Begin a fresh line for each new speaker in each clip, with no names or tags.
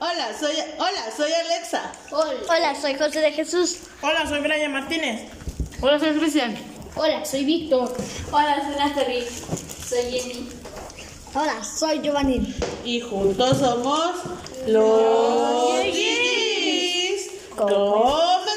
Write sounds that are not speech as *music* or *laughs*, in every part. Hola, soy, hola, soy Alexa.
Hola, soy José de Jesús.
Hola, soy Brian Martínez.
Hola, soy Cristian.
Hola, soy Víctor.
Hola, soy Natalie. Soy Jenny.
Hola, soy Giovanni.
Y juntos somos los Yigis. ¡Comenzamos!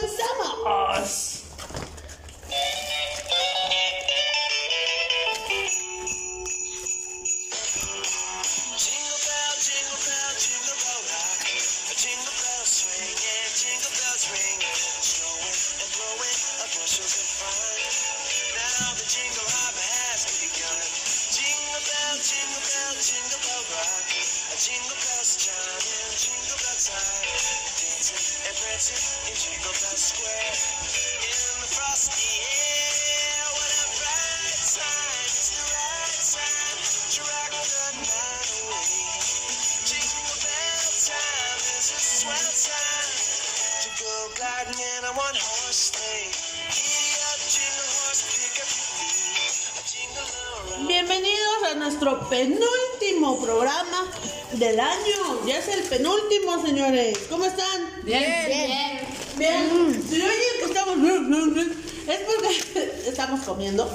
Bienvenidos a nuestro penúltimo programa del año. Ya es el penúltimo, señores. ¿Cómo están?
Bien.
Bien. Si oyen que estamos es porque *laughs* estamos comiendo.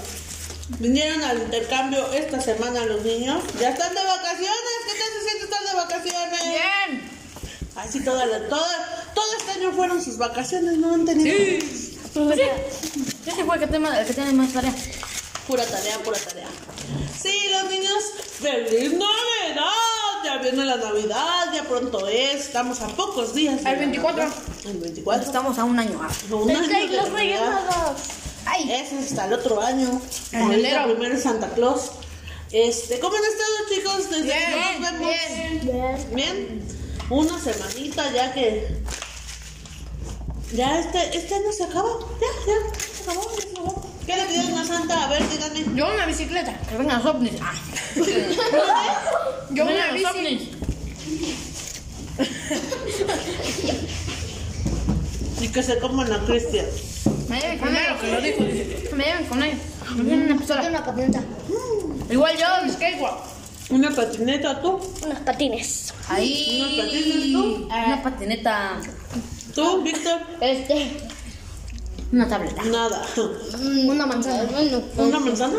Vinieron al intercambio esta semana los niños. Ya están de vacaciones. ¿Qué tal se siente estar de vacaciones?
Bien.
Así todas las- todas- todo este año fueron sus vacaciones, no han tenido
Ese fue el que tiene, el que tiene más tarea.
pura tarea, pura tarea. Sí, los niños, feliz Navidad. Ya viene la Navidad, ya pronto es. Estamos a pocos días. de
Al
la
24.
Navidad. El 24.
Estamos a un año. ah.
Un año
Soy
de
los Reyes
Navidad.
Magos.
Ese es hasta el otro año.
En
Ahorita
enero.
Primero es Santa Claus. Este, ¿cómo han estado chicos? Desde que
Bien,
nos vemos. Bien. Una semanita ya que. Ya este, este año se acaba. Ya, ya, se acabó, ya se acabó. ¿Qué le pidieron a Santa? A ver, díganme.
Yo una bicicleta.
Que vengan los ovnis. Ah.
Yo una
vengan los
bici.
ovnis.
Y que se coman a Cristian.
Me lleven con
Primero que lo
ellos.
dijo, dice.
Me lleven con ellos. Me lleven una
Soy
pistola.
una patineta.
Igual yo.
Qué guapo.
Una patineta tú.
Unos patines.
Ahí.
¿Unos patines tú?
Ah.
Una patineta.
Tú, Víctor.
Este.
Una tableta.
Nada. *laughs*
Mm,
Una manzana.
Bueno,
¿Una manzana?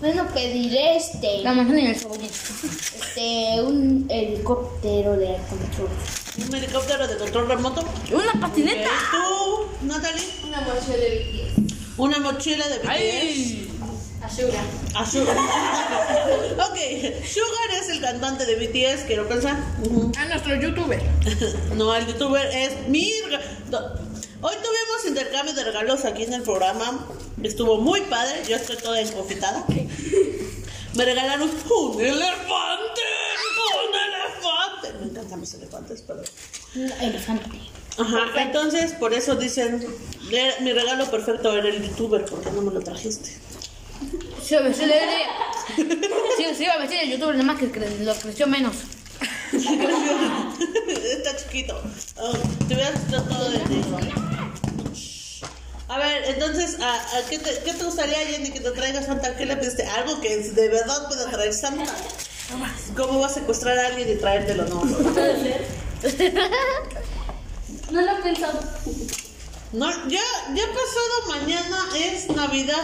bueno, pediré este,
La manzana y el cebollín.
este, un helicóptero de control.
Un helicóptero de control remoto.
Una
¿Y
patineta.
tú, Natalie?
Una mochila de BTS.
Una mochila de BTS.
Ay.
Azura.
A Sugar. ok, Sugar es el cantante de BTS, quiero pensar.
A nuestro youtuber.
No, el youtuber es mi... rega- do- Hoy tuvimos intercambio de regalos aquí en el programa. Estuvo muy padre, yo estoy toda encofitada. Me regalaron un elefante. Un elefante. Me encantan mis elefantes, perdón.
Elefante.
Ajá, entonces por eso dicen, "Le- mi regalo perfecto era el youtuber, porque no me lo trajiste.
Se iba a vestir de- Sí, se iba a vestir el youtuber, nada más que cre- lo creció menos.
*laughs* Está chiquito. Oh, te voy a quitar todo de ti. A ver, entonces, ¿a, a qué, te, qué te gustaría, Jenny, que te traiga Santa? ¿Qué le pediste? Algo que es de verdad pueda traer Santa. ¿Cómo va a secuestrar a alguien y traértelo? No, no.
No lo he pensado.
No, ya, ya pasado mañana es Navidad.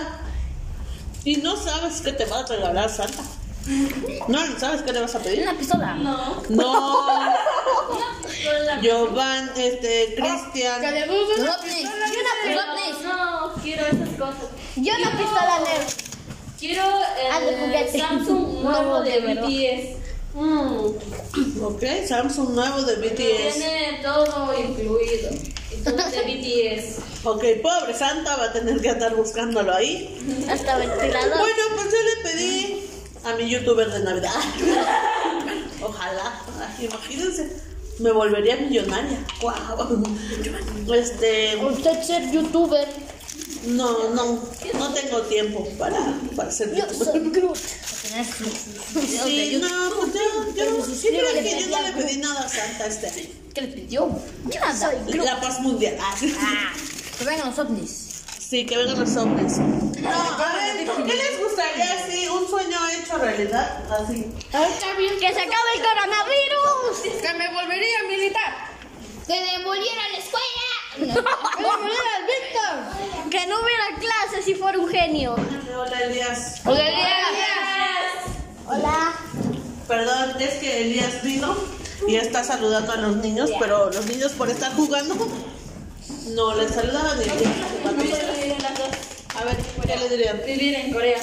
Y no sabes qué te va a regalar Santa. No, ¿sabes qué le vas a pedir?
Una pistola.
No.
No,
Con la-
Giovann, este, Cristian.
Cada dos
Los
una
ovnis.
pistola.
No, no, quiero esas cosas.
Yo una pistola negro.
Quiero
Ah, de
el
juguete.
Samsung nuevo
No, de
de
verdad.
BTS. Mm,
Ok, Samsung nuevo de BTS.
Tiene todo incluido. Entonces, de BTS.
Ok, pobre Santa va a tener que andar buscándolo ahí.
Hasta ventilador.
Bueno, pues yo le pedí a mi youtuber de Navidad. *laughs* Ojalá, ay, imagínense, me volvería millonaria. *laughs* Wow. Este,
Usted ser youtuber.
no, no, no tengo tiempo para, para ser
Yo
youtuber.
soy Groot.
Sí, no, pues yo, yo, ¿qué creen que yo no le pedí nada a Santa este año?
¿Qué le pidió? Nada.
La paz mundial. Ah, sí.
Ah, que vengan los ovnis.
Sí, que vengan los hombres. No, a ver, ¿qué les gustaría así? Un sueño hecho realidad, así.
Que se acabe el coronavirus.
Que me
*laughs*
si fuera un genio.
Hola, Elías.
Hola, Elías.
Hola.
Perdón, es que Elías vino y está saludando a los niños, pero los niños por estar jugando no les saludaban. y Elías jugando. A ver, ¿qué le dirían?
Vivir en Corea.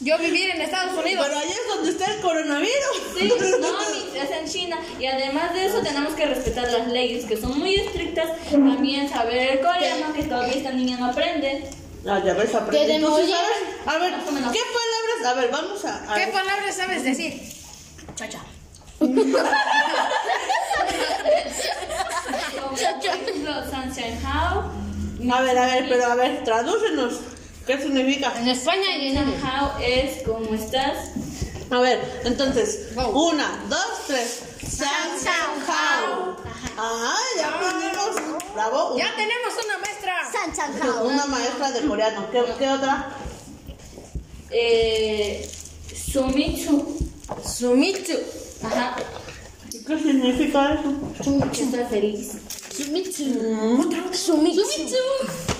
Yo vivir en Estados Unidos.
Pero ahí es donde está el coronavirus.
Sí,
*laughs*
no, es en China. Y además de eso tenemos que respetar las leyes que son muy estrictas. También saber coreano, que todavía esta niña no
*laughs*
aprende.
Ah, ya ves, aprendí.
Que de
Entonces,
nuevo
¿sabes? A ver,
Más
¿qué
o menos.
palabras? A ver, vamos a... a
¿Qué
ver.
palabras sabes decir?
Como, por ejemplo, Sunshine How,
A ver, a ver, pero a ver, tradúcenos. ¿Qué significa?
En España y en
Sunshine How es ¿cómo estás?
A ver, entonces, una, dos, tres. San, san, how. Ah, ya aprendimos. Bravo.
Ya tenemos una maestra.
San San Hao.
Una maestra de coreano. ¿Qué, qué otra?
Eh, Sumichu.
Sumitsu.
Ajá,
¿Qué significa eso?
estoy feliz.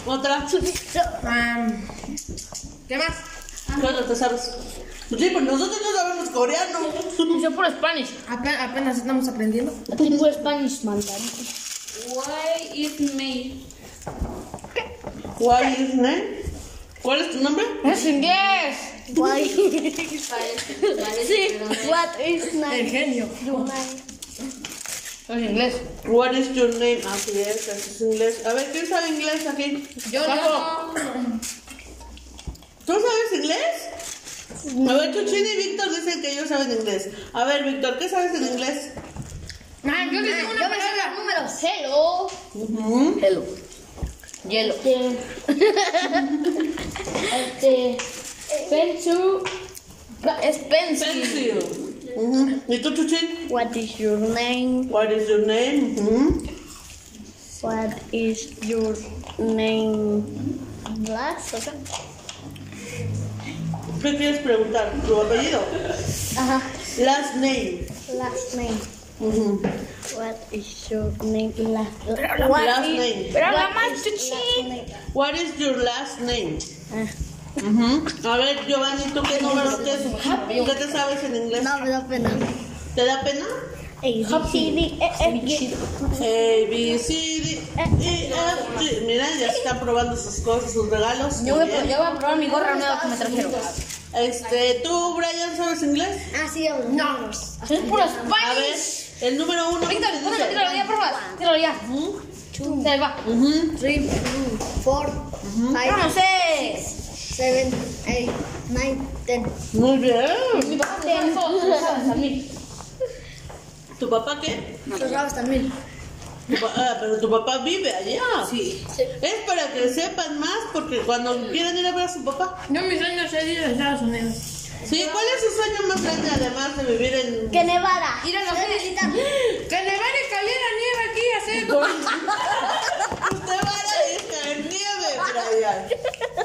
Otra.
¿Qué más?
¿Qué otra te sabes? Sí, pues nosotros no sabemos coreano.
Yo por Spanish.
Ape- apenas estamos aprendiendo.
Tengo Spanish mandarín.
Why is me?
¿Cuál es, ne? ¿Cuál es tu nombre?
Es inglés.
Parece, parece, sí.
What is
El
my
genio.
Es inglés.
What is your name? Así es, así es inglés. A ver, ¿quién sabe inglés aquí?
Yo no.
¿Tú sabes inglés? A ver, Chuchín y Víctor dicen que ellos saben inglés. A ver, Víctor, ¿qué sabes en inglés?
Ah, yo les digo una palabra.
Números. Hello.
Ujú.
Hello. Hielo.
Este. Pensu.
Es pencil.
Pencil. Ujú. ¿Y tú, Chuchín?
What is your name?
What is your name? Ujú.
What is your name? Glass, o sea.
¿Qué quieres preguntar? ¿Tu apellido?
Ajá.
Last name.
Last name.
Ujú.
What is your name? Last,
Last name.
Pero habla más, chuchín.
name.
What is your last name?
Ah.
Ujú. A ver, Giovanni, ¿tú qué número qué, es- qué te sabes en inglés?
No me da pena.
¿Te da pena?
A, B, C, D, E, F, G.
A, B, C, D, E, F, G. Mira, ya están probando sus cosas, sus regalos.
Yo
Muy
voy, a, pro-
bien.
yo voy a probar mi gorra nueva que me trajeron.
Este, ¿tú, Brian, sabes inglés?
Ah, sí, hablo. No.
Es puro
A ver,
Spanish.
el número uno. ¿qué
Víctor,
te
bueno,
dice?
tíralo ya, por favor. Tíralo ya. Se me va.
Ujú.
Three, four, five,
Vamos, eh.
seven, eight, nine, ten.
Muy bien.
Mi papá me sabe todo, tú lo sabes a mí.
¿Tu papá qué?
Tú sabes también.
Tu pa- ah, pero tu papá vive allá. Sí. Es para que sepan más, porque cuando quieran ir a ver a su papá,
Yo mis sueños es ir a Estados Unidos.
Sí, ¿cuál es su sueño más grande además de vivir en
Que nevara. Ir a
Que nevara y cayera nieve aquí así.
Usted va a ir a caer nieve, Brian.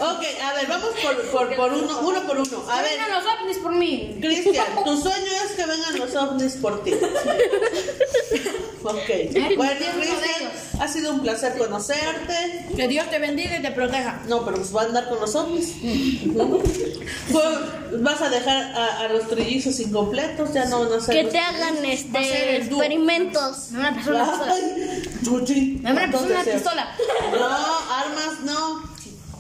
Ok, a ver, vamos por, por, por uno, uno por uno. A ver,
Vengan los ovnis por mí.
Cristian, tu sueño es que vengan los ovnis por ti. Ok. Bueno, Cristian, ha sido un placer conocerte.
*laughs* Que Dios te bendiga y te proteja.
No, pero pues va a andar con los ovnis. Pues, Vas a dejar a, a los trillizos incompletos, ya no van a ser.
Que
los-
te hagan
ser
este
el dúo.
experimentos.
Me van a pasar una pistola.
Ay, Chuchi.
Me van a pasar pues, una
Entonces,
pistola.
No, armas no.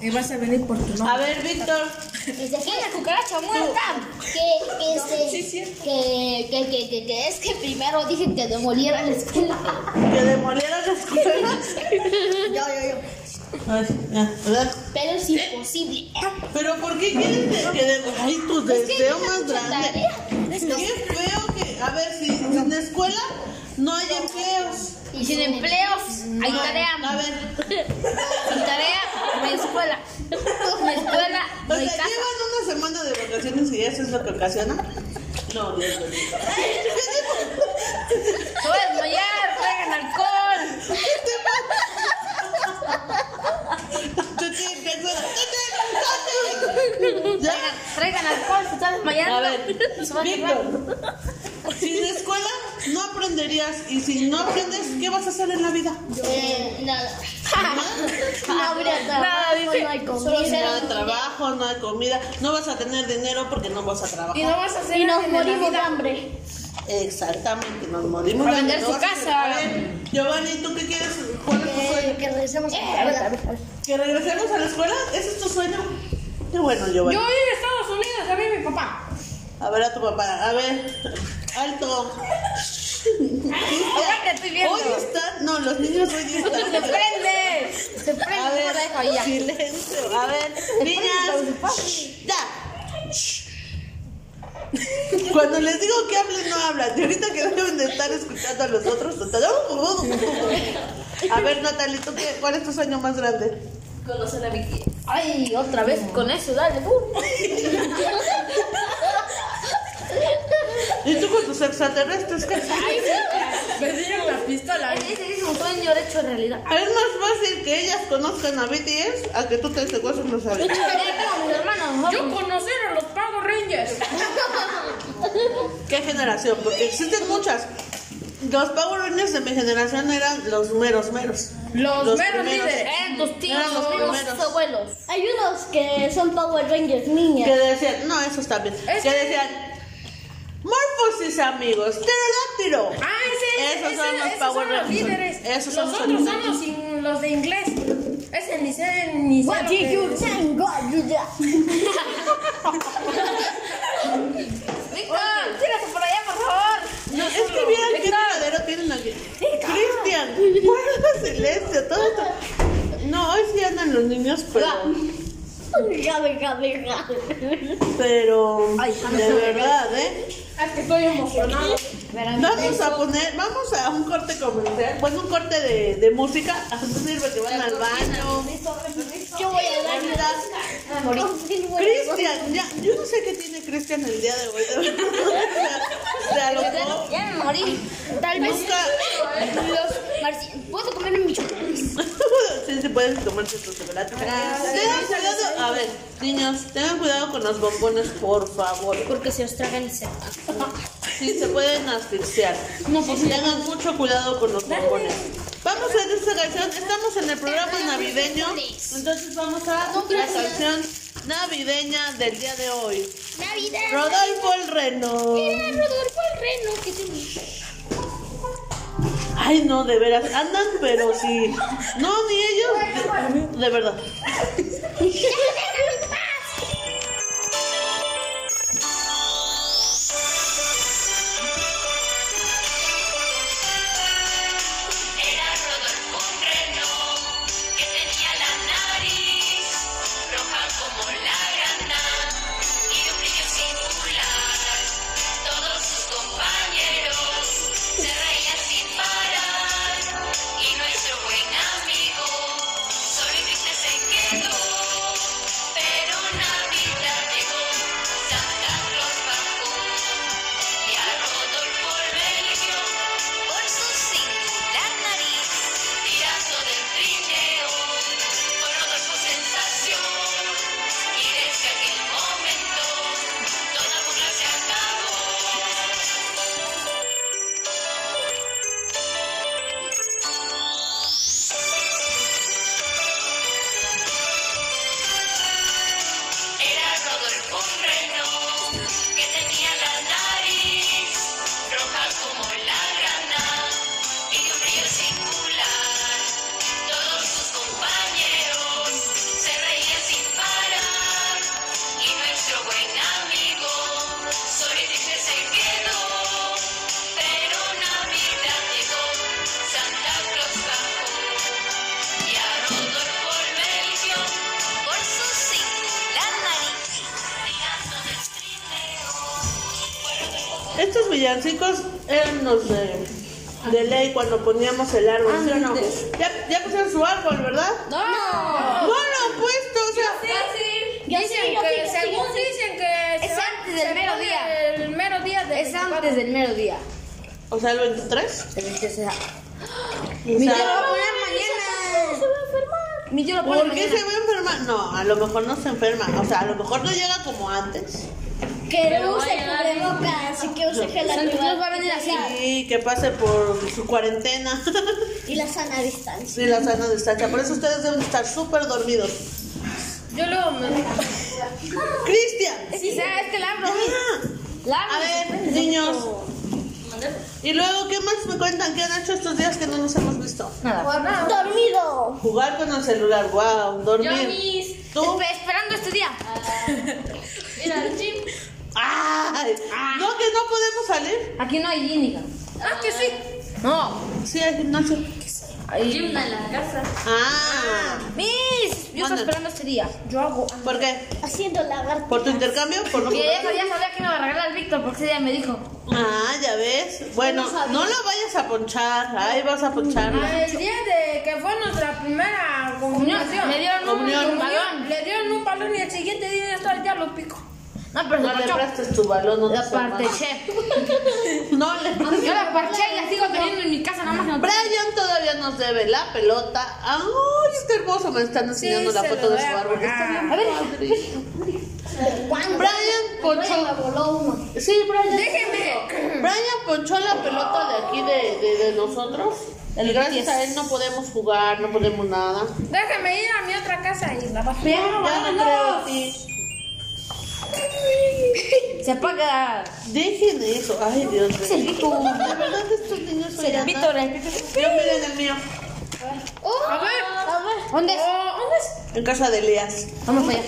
Y vas a venir por tu
A ver, Víctor.
Una cucaracha muerta.
Que, este, que, se- que, que, que, que, que es que primero dije que demoliera la escuela.
Que demolieran las escuelas.
Yo, yo, yo.
Ay, ya, ¿verdad?
Pero es imposible.
Pero ¿por qué quieres de- que de- Ay, tu deseo
yo no
más
escucho
grande? Qué feo que... A ver, si sin escuela no hay empleos.
Y sin empleos, hay
No,
tarea.
A ver,
Sin tarea, no hay escuela. Mi escuela,
o
no
sea,
hay casa.
llevan una semana de vacaciones y eso es lo que ocasiona. No, Dios mío.
Se voy a desmayar, traigan alcohol.
Yo tengo que hacer- yo tengo que
Traigan, traigan alcohol, se está
hacer-
Pues
desmayando.
A ver,
Se va a quemar.
Víctor, sin escuela no aprenderías. Y si no aprendes, ¿qué vas a hacer en la vida?
Eh, nada.
No habría
Nada,
trabajo,
dice,
no hay comida.
Solo no hay trabajo, no hay comida, no vas a tener dinero porque no vas a
Y
trabajar.
no vas a hacer
Y
nada
nos
en la
morimos de
vida.
hambre.
Exactamente, nos morimos.
Para
de hambre,
vender
no
su
vas a
casa. Eh.
tener- Giovanni, ¿tú qué quieres? ¿Cuál es tu
Que,
sueño?
que regresemos a la verdad.
¿Que regresemos a la escuela? ¿Ese es tu sueño? Qué bueno, Giovanni.
Yo vivo en Estados Unidos, a mí mi papá.
A ver a tu papá, a ver. Alto.
Ahora te estoy viendo.
Hoy están, no, los niños hoy
¡Se
están.
prende! ¡Se prende!
A
no la dejo ahí
ver,
ya.
silencio. A *laughs* ver, niñas. Ya. Cuando les digo que hablen, no hablan. Y ahorita que deben de estar escuchando a los otros, a ver, Natalie, ¿tú qué, ¿cuál es tu sueño más grande?
Conocer a Vicky.
Ay, otra vez con eso, dale. uh.
¿Y tú con tus extraterrestres? ¿qué?
Me dieron la pistola.
Ese es un sueño hecho realidad.
Es más fácil que ellas conozcan a BTS a que tú te secuestres los aviones.
hermano.
Yo conocer a los Power Rangers.
¿Qué generación? Porque existen muchas. Los Power Rangers de mi generación eran los meros meros.
Los,
Los
meros
primeros.
líderes. Eh,
Eran tus tíos.
Eran los primeros.
abuelos.
Hay unos que son Power Rangers niñas.
Que decían, no, eso está bien. Que decían, Morphosis, amigos, pterodáctilo.
Ah, ese,
Esos
ese-
son los
esos
Power
son los
Rangers.
líderes.
Esos son
los
los
otros son
animales.
los, in- los de inglés. Ese ni sé ni sé. lo que-
*laughs*
Oh,
Tírate por allá, por favor.
No, es que vieran qué tiradero tienen aquí. Cristian, *laughs* guarda silencio, todo esto. No, hoy sí andan los niños, pero. Pero. De verdad, ¿eh?
Ah, Es que estoy emocionado.
Vamos a poner, vamos a un corte comercial, bueno, un corte de, de música, así sirve que van al baño.
Yo voy a dar
Navidad. Cristian, ya, yo no sé qué tiene Cristian el día de hoy, de verdad. *laughs* O sea, Se alocó. *laughs*
Ya me morí. Tal vez
Busca.
los marci- ¿Puedo comer mi chocolate?
Sí, sí puedes tomarte tu chocolate. Tengan cuidado, a ver, niños, tengan cuidado con los bombones, por favor.
Porque se os tragan y se.
Sí, se pueden asfixiar. No, pues Tengan mucho cuidado con los bombones. Vamos a hacer esta canción. Estamos en el programa navideño. Entonces vamos a la canción navideña del día de hoy.
Navidad.
Rodolfo el Reno.
Mira, Rodolfo el reno que tenía.
Ay, no, de veras. Andan, pero sí. No, ni ellos. De verdad.
¡Ya déjame en paz!
Era Rodolfo un reno que tenía la nariz roja como la grana y de un brillo singular. Todos sus compañeros se reían sin parar y nuestro buen amigo solo y triste se quedó. Pero Navidad llegó, Santa Claus bajó. Y a Rodolfo Belgio, por su singular nariz, tirando del trineo, con Rodolfo sensación. Y desde aquel momento, toda burla se acabó. Era Rodolfo un reno que tenía la nariz roja como la grana y de un brillo singular. Todos sus compañeros se reían sin parar y nuestro buen amigo solo y triste se quedó. Pero Navidad llegó, Santa Claus bajó. Y a Rodolfo Belgio, por su singular nariz, tirando del trineo, fueron los
Estos villancicos eran los de, de ley cuando poníamos el árbol, ¿sí o Ah, no? Ya, ya pusieron su árbol, ¿verdad?
No.
No lo han puesto, o sea.
Dicen que, según dicen que
Es
va-
antes del
se
mero
pone
día.
El mero día de
Es antes del mero día.
O sea, el 23.
Mi tío
O
lo va
sea,
a poner mañana. Mi tío lo pone
¿Por qué
mañana.
se va a enfermar? No, a lo mejor no se enferma. O sea, a lo mejor no llega como antes.
Que
Pero
no use
vaya,
cubrebocas, así que use gel
Santa Claus va a
antibacterial
venir así.
Y que pase por su cuarentena *laughs*
y la sana distancia.
y la sana distancia. Por eso ustedes deben estar súper dormidos.
Yo luego me.
Cristian.
Sí, ¿sabes? Es que la abro.
Ah,
La abro.
A ver, niños.
Mandé.
Y luego, ¿qué más me cuentan? ¿Qué han hecho estos días que no nos hemos visto?
Nada.
Dormido.
Jugar con el celular, wow,
Yo
dormir.
mis.
¿Tú?
Espe- Esperando este día.
ah,
*laughs*
Mira, el chip.
¡Ay!
Ah.
¿No que no podemos salir?
Aquí no hay clínica.
Ah, que sí.
No.
Sí, al gimnasio.
El
Ahí.
gym en la casa.
Ah,
Mis,
Mándalo.
yo estaba esperando este día. Yo hago.
¿por qué?
Haciendo lagarto.
¿Por tu intercambio? ¿Por no
Que ya
jugar?
sabía, sabía que me iba a regalar el Víctor porque ese día me dijo.
Ah, ya ves. Bueno, no la vayas a ponchar. Ahí vas a poncharla.
Ah, El día de que fue nuestra primera
Comunión.
comunión.
Me dieron un,
Comunión.
un balón.
Le dieron un palón y el siguiente día ya estaba ya los pico.
No, pero
No
se
le
parchó.
prestes tu balón, no te
La
*laughs*
parché.
No le
Yo la parché y la sigo teniendo en mi casa, nada más que no
Brian todavía nos debe la pelota. ¡Ay, qué hermoso! Me están enseñando
Sí,
la
se
foto
lo
de su
voy a
árbol.
pagar.
Está bien padre.
¿Cuándo?
Brian
Me
ponchó.
voló uno.
Sí, Brian.
Déjeme.
Brian ponchó la pelota de aquí de, de- de nosotros. Y gracias a él no podemos jugar, no podemos nada.
Déjeme ir a mi otra casa y la bajo.
Ya no creo a ti.
Se apaga.
Dejen eso. Ay, Dios mío. De verdad, estos niños son ya nada.
Víctor, el Víctor.
eh.
Yo miren el mío.
A ver. A ver.
¿Dónde es?
¿Dónde
Oh.
es?
En casa de Elías.
Vamos para allá.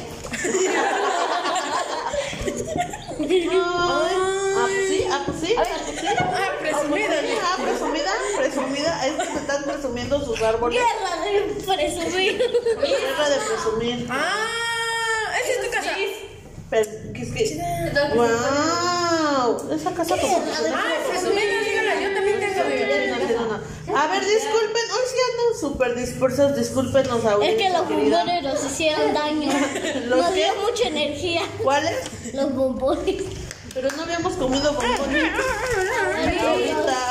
Ay, Ah, pues sí, ah, pues sí.
Ah, presumida.
Ah, presumida, presumida. Es que se están presumiendo sus árboles.
Guerra de presumir.
Guerra de presumir.
Ah, esa es tu casa.
Pero, ¿qué es que? ¡Wow! Esa casa como que suena-
Ah, presumida, dígala. Yo también tengo de.
No, no, no, no. A ver, disculpen, hoy sí andan súper dispersos, discúlpenos a
Es que los bombones nos hicieron daño.
¿Los
Nos
qué?
dio mucha energía.
¿Cuáles?
Los bombones.
Pero no habíamos comido bombones. Ahorita.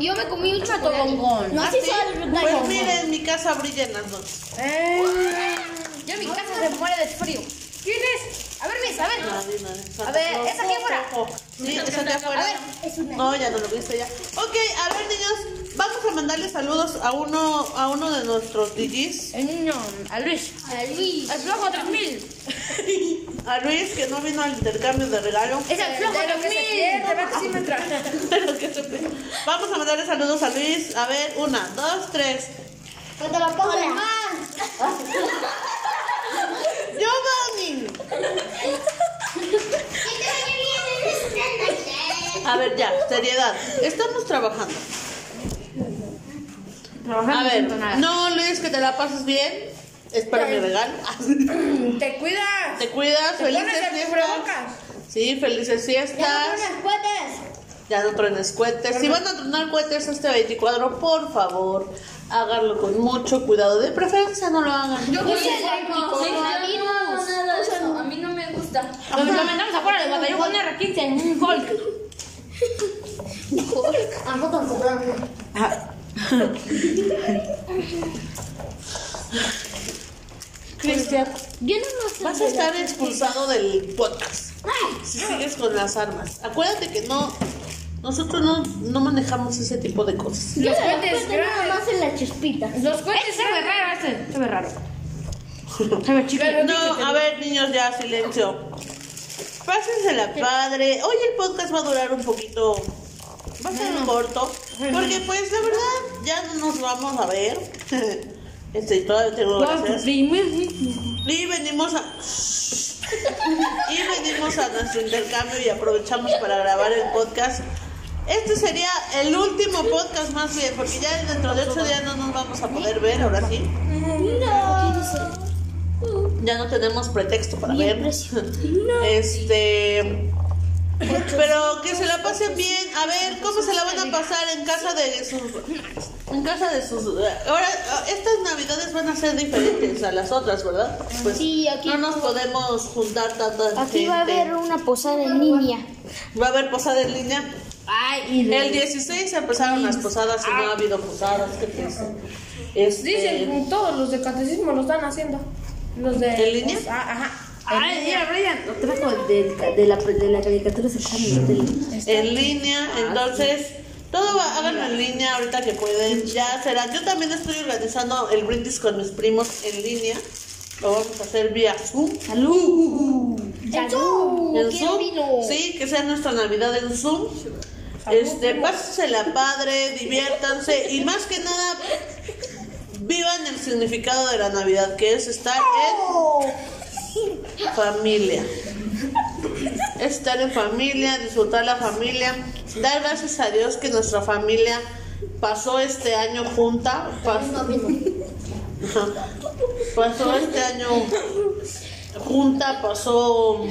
Yo me comí un chatobongón.
Nos
Ah,
hizo
¿sí?
el daño.
Pues miren, mi casa brilla en las noches.
Yo en mi casa se muere de frío. ¿Quién es? A ver, mis, a ver.
Nadie, nadie.
A ver, ¿esa aquí afuera?
Ojo. Sí, esa aquí afuera.
A ver,
es una-
No, ya no lo viste ya. Ok, a ver, niños, vamos a mandarle saludos a uno, a uno de nuestros DJs.
El niño, a Luis.
A Luis.
El flojo 3000.
A Luis, que no vino al intercambio de regalo.
Es el flojo
De lo que se
3000.
pierde, va que sí me trae.
Lo que se pide. Vamos a mandarle saludos a Luis. A ver, una, dos, tres.
Cuando lo pongan más.
*laughs* ¡Giovanni! A ver, ya, seriedad. Estamos trabajando. A
Trabajando
ver,
sin nada.
no, Luis, que te la pases bien. Es para mi regalo. *laughs*
Te cuidas.
Te cuidas,
Te pones
felices
el
fiestas.
cubrebocas.
Sí, felices fiestas.
unas cuates.
Ya no truenes cohetes. Si van a tronar cohetes este 24, por favor, háganlo con mucho cuidado. De preferencia no lo hagan.
Yo
Ese es el anticoronavirus.
nada de eso. A mí no me gusta.
Nos comentamos afuera de batallón con R15 en un gol.
Vamos a comprar uno.
Cristian,
Yo no sé.
vas a estar expulsado del podcast si sigues con las armas. Acuérdate que no, nosotros no, no manejamos ese tipo de cosas.
Yo
Los
se lo
cohetes
cuento nada
graves.
más en la chispita.
Los cohetes se ve raro este. Se ve raro. Se ve chiquito.
No, a ver, niños, ya, silencio. Pásensela padre. Hoy el podcast va a durar un poquito. Va a ser corto. Porque, pues, la verdad, ya no nos vamos a ver. *laughs* Este, todavía tengo
Pues,
gracias. Y venimos a. Y venimos a nuestro intercambio y aprovechamos para grabar el podcast. Este sería el último podcast, más bien, porque ya dentro de ocho días no nos vamos a poder ver, ahora sí. Ya no tenemos pretexto para ver. *laughs* Este. Pero que se la pasen bien. A ver, ¿cómo se la van a pasar en casa de sus. En casa de sus. eh, Ahora, estas navidades van a ser diferentes a las otras, ¿verdad? Pues
Sí, aquí-
no nos podemos juntar tanta
Aquí va a
Este,
gente.
haber una posada en línea.
Va a haber posada en línea.
Ay, y
El 16 empezaron las posadas y no ha habido posadas. ¿Qué triste. Este,
Dicen, todos los de catecismo lo están haciendo. Los de.
¿En línea?
Ah, ajá.
Ay, mira, Brian, lo trajo del ca- de la, de la caricatura cercana. del-
en línea, entonces todo va, háganlo en línea ahorita que pueden, ya será. Yo también estoy organizando el brindis con mis primos en línea. Lo vamos a hacer vía Zoom.
¡Salud!
en
¿Quién
Zoom.
vino?
Sí, que sea nuestra Navidad en Zoom. Este, pásensela padre, diviértanse y más que nada vivan el significado de la Navidad, que es estar en familia. Estar en familia, disfrutar la familia, dar gracias a Dios que nuestra familia pasó este año junta, pasó, pasó este año junta, pasó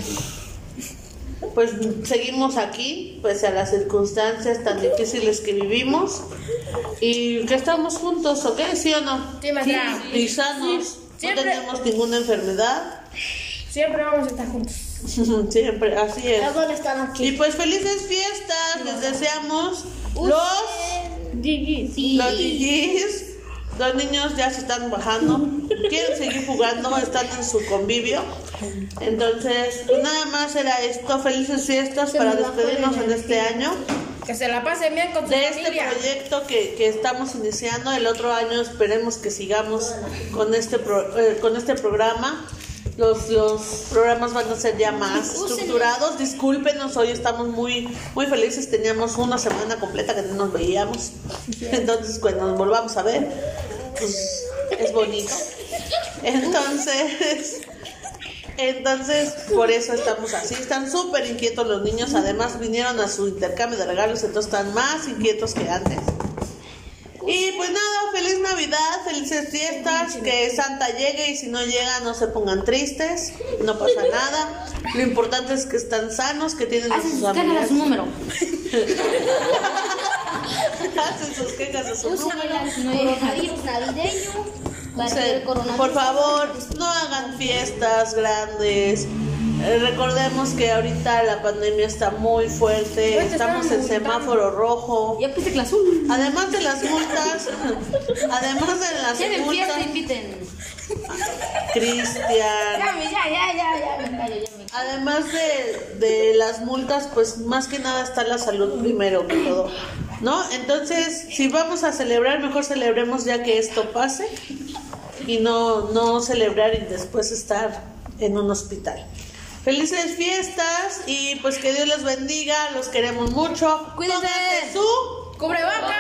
pues seguimos aquí, pues a las circunstancias tan difíciles que vivimos y que estamos juntos, ¿ok? ¿Sí o no?
Sí, maestra.
Y sanos,
Siempre-
no tenemos ninguna enfermedad,
Siempre vamos a estar juntos.
*laughs* siempre, así es.
Luego no están aquí.
Y pues felices fiestas, les deseamos los,
Sí.
los DJs, los niños ya se están
*laughs*
bajando, quieren seguir jugando, están en su convivio. Entonces, pues nada más era esto, felices fiestas para despedirnos en este año.
Que se la pasen bien con su
de este
familia.
proyecto que, que estamos iniciando. El otro año esperemos que sigamos con este pro- eh, con este programa. Los, los programas van a ser ya más estructurados. Discúlpenos, hoy estamos muy muy felices. Teníamos una semana completa que no nos veíamos. Entonces, cuando nos volvamos a ver, pues, es bonito. Entonces, entonces, por eso estamos así. Están súper inquietos los niños. Además, vinieron a su intercambio de regalos, entonces están más inquietos que antes. Y pues nada, feliz Navidad, felices fiestas, que Santa llegue y si no llega no se pongan tristes, no pasa nada. Lo importante es que están sanos, que tienen a
Hacen
sus
Ah, sus cajas
familias.
a su número.
*laughs* Hacen sus quejas a su
Usen el
número.
coronavirus navideño para
Sí,
que el coronavirus.
Por favor, no hagan fiestas grandes. Eh, recordemos que ahorita la pandemia está muy fuerte.
Pues te
Estamos
están
en semáforo rojo.
Ya puse que la azul.
Además de las
*laughs*
multas, además de las
Tienen fiesta,
multas,
inviten.
Cristian.
Ya, ya, ya, ya, ya, me callo, ya me
Además de, de las multas, pues más que nada está la salud primero que todo. ¿No? Entonces, si vamos a celebrar, mejor celebremos ya que esto pase y no, no celebrar y después estar en un hospital. Felices fiestas y pues que Dios los bendiga, los queremos mucho.
Cuídense.
Pónganse su
Cubrebocas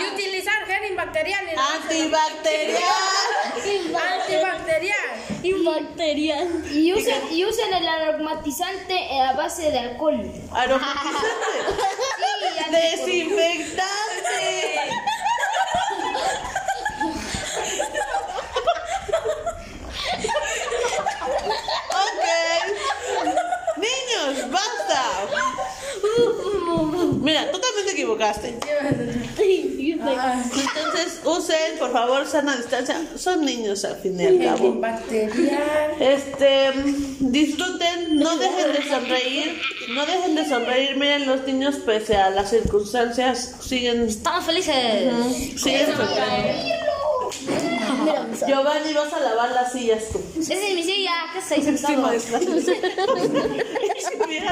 y utilizar gel antibacterial. en
Ah,
*laughs*
antibacterial.
Antibacterial.
Y usen, y usen el aromatizante eh, a base de alcohol.
Aromatizante.
*laughs* Sí,
Desinfectante. ok. Niños, basta. Mira, tú también te equivocaste. Entonces, usen, por favor, sana distancia. Son niños al fin y al cabo.
Antibacterial.
Este, disfruten, no dejen de sonreír, no dejen de sonreír. Miren, los niños, pese a las circunstancias, siguen,
Estamos felices.
siguen sonriendo.
Mira, mis-
Giovanni, vas a lavar las sillas tú.
Esa es mi silla, que estáis
Sí, *laughs*
sentados.
maestra. Si hubieras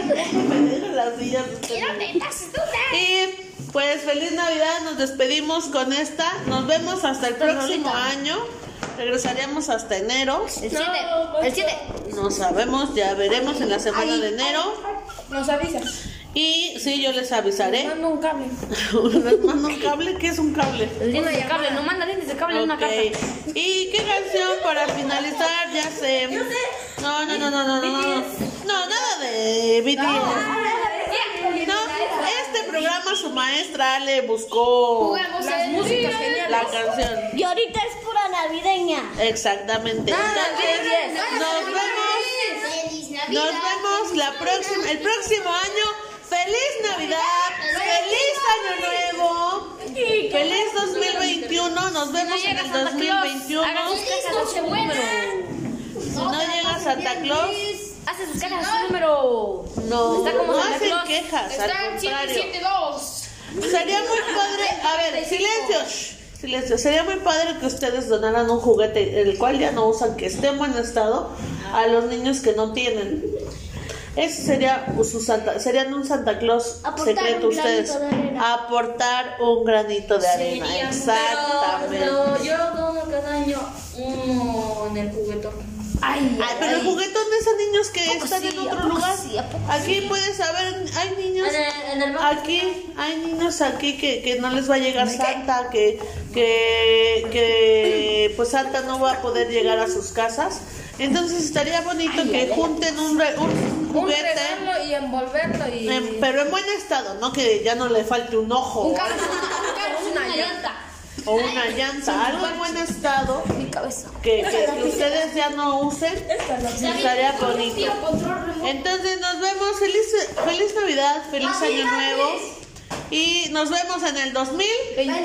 dejado que me dejen las sillas. Y pues feliz Navidad, nos despedimos con esta. Nos vemos hasta el próximo año. Regresaremos hasta enero.
El 7, el 7.
No sabemos, ya veremos en la semana de enero.
Nos avisas.
Y sí, yo les avisaré.
Mando un cable.
Les mando *laughs* un cable, ¿qué es un cable?
El diente de cable, no manda dientes de cable en una
Ok.
carta.
¿Y qué canción para finalizar? Ya sé. No, no, no, no, no, no, no. No, nada de BTS. No, este programa su maestra le buscó
Las músicas
la
geniales.
canción.
Y ahorita es pura navideña.
Exactamente. Entonces, nos vemos,
Feliz Navidad.
nos vemos la próxima, el próximo año. ¡Feliz Navidad! ¡Feliz Año Nuevo! ¡Feliz 2021! Nos vemos en el 2021.
Hagan sus cajas a su número.
Si no llega Santa Claus,
Hacen sus cajas a su número.
no,
Está como
no
Santa
hacen
Claus.
quejas, al contrario. Sería muy padre, a ver, silencio, shh. Silencio. Sería muy padre que ustedes donaran un juguete el cual ya no usan, que esté en buen estado, a los niños que no tienen. Ese sería su Santa, serían un Santa Claus
Aportar
secreto
un
ustedes.
granito de arena.
Aportar un granito de arena.
Sería-
Exactamente.
Pero, pero yo dono cada año uno en el juguetón.
Ay,
Ay, pero el juguetón de esos niños que
poco
están
sí?
en
¿A
otro
poco
lugar.
sí? ¿A poco
Aquí puedes saber, hay niños.
En el, en el banco.
Aquí hay niños aquí que, que no les va a llegar Santa, que, que, que pues Santa no va a poder llegar a sus casas. Entonces estaría bonito que junten un, re- un
Un
juguete, Em-
regalo y envolverlo y. *laughs*
en- pero en buen estado, ¿no? Que ya no le falte un ojo
Un calzón, un calzón, una llanta.
o una llanta, algo en buen estado
mi cabeza.
que, que- que ustedes ya no usen. Estaría bonito. Entonces nos vemos. Feliz, feliz Navidad, feliz Año Nuevo. Y nos vemos en el 2000. Bye.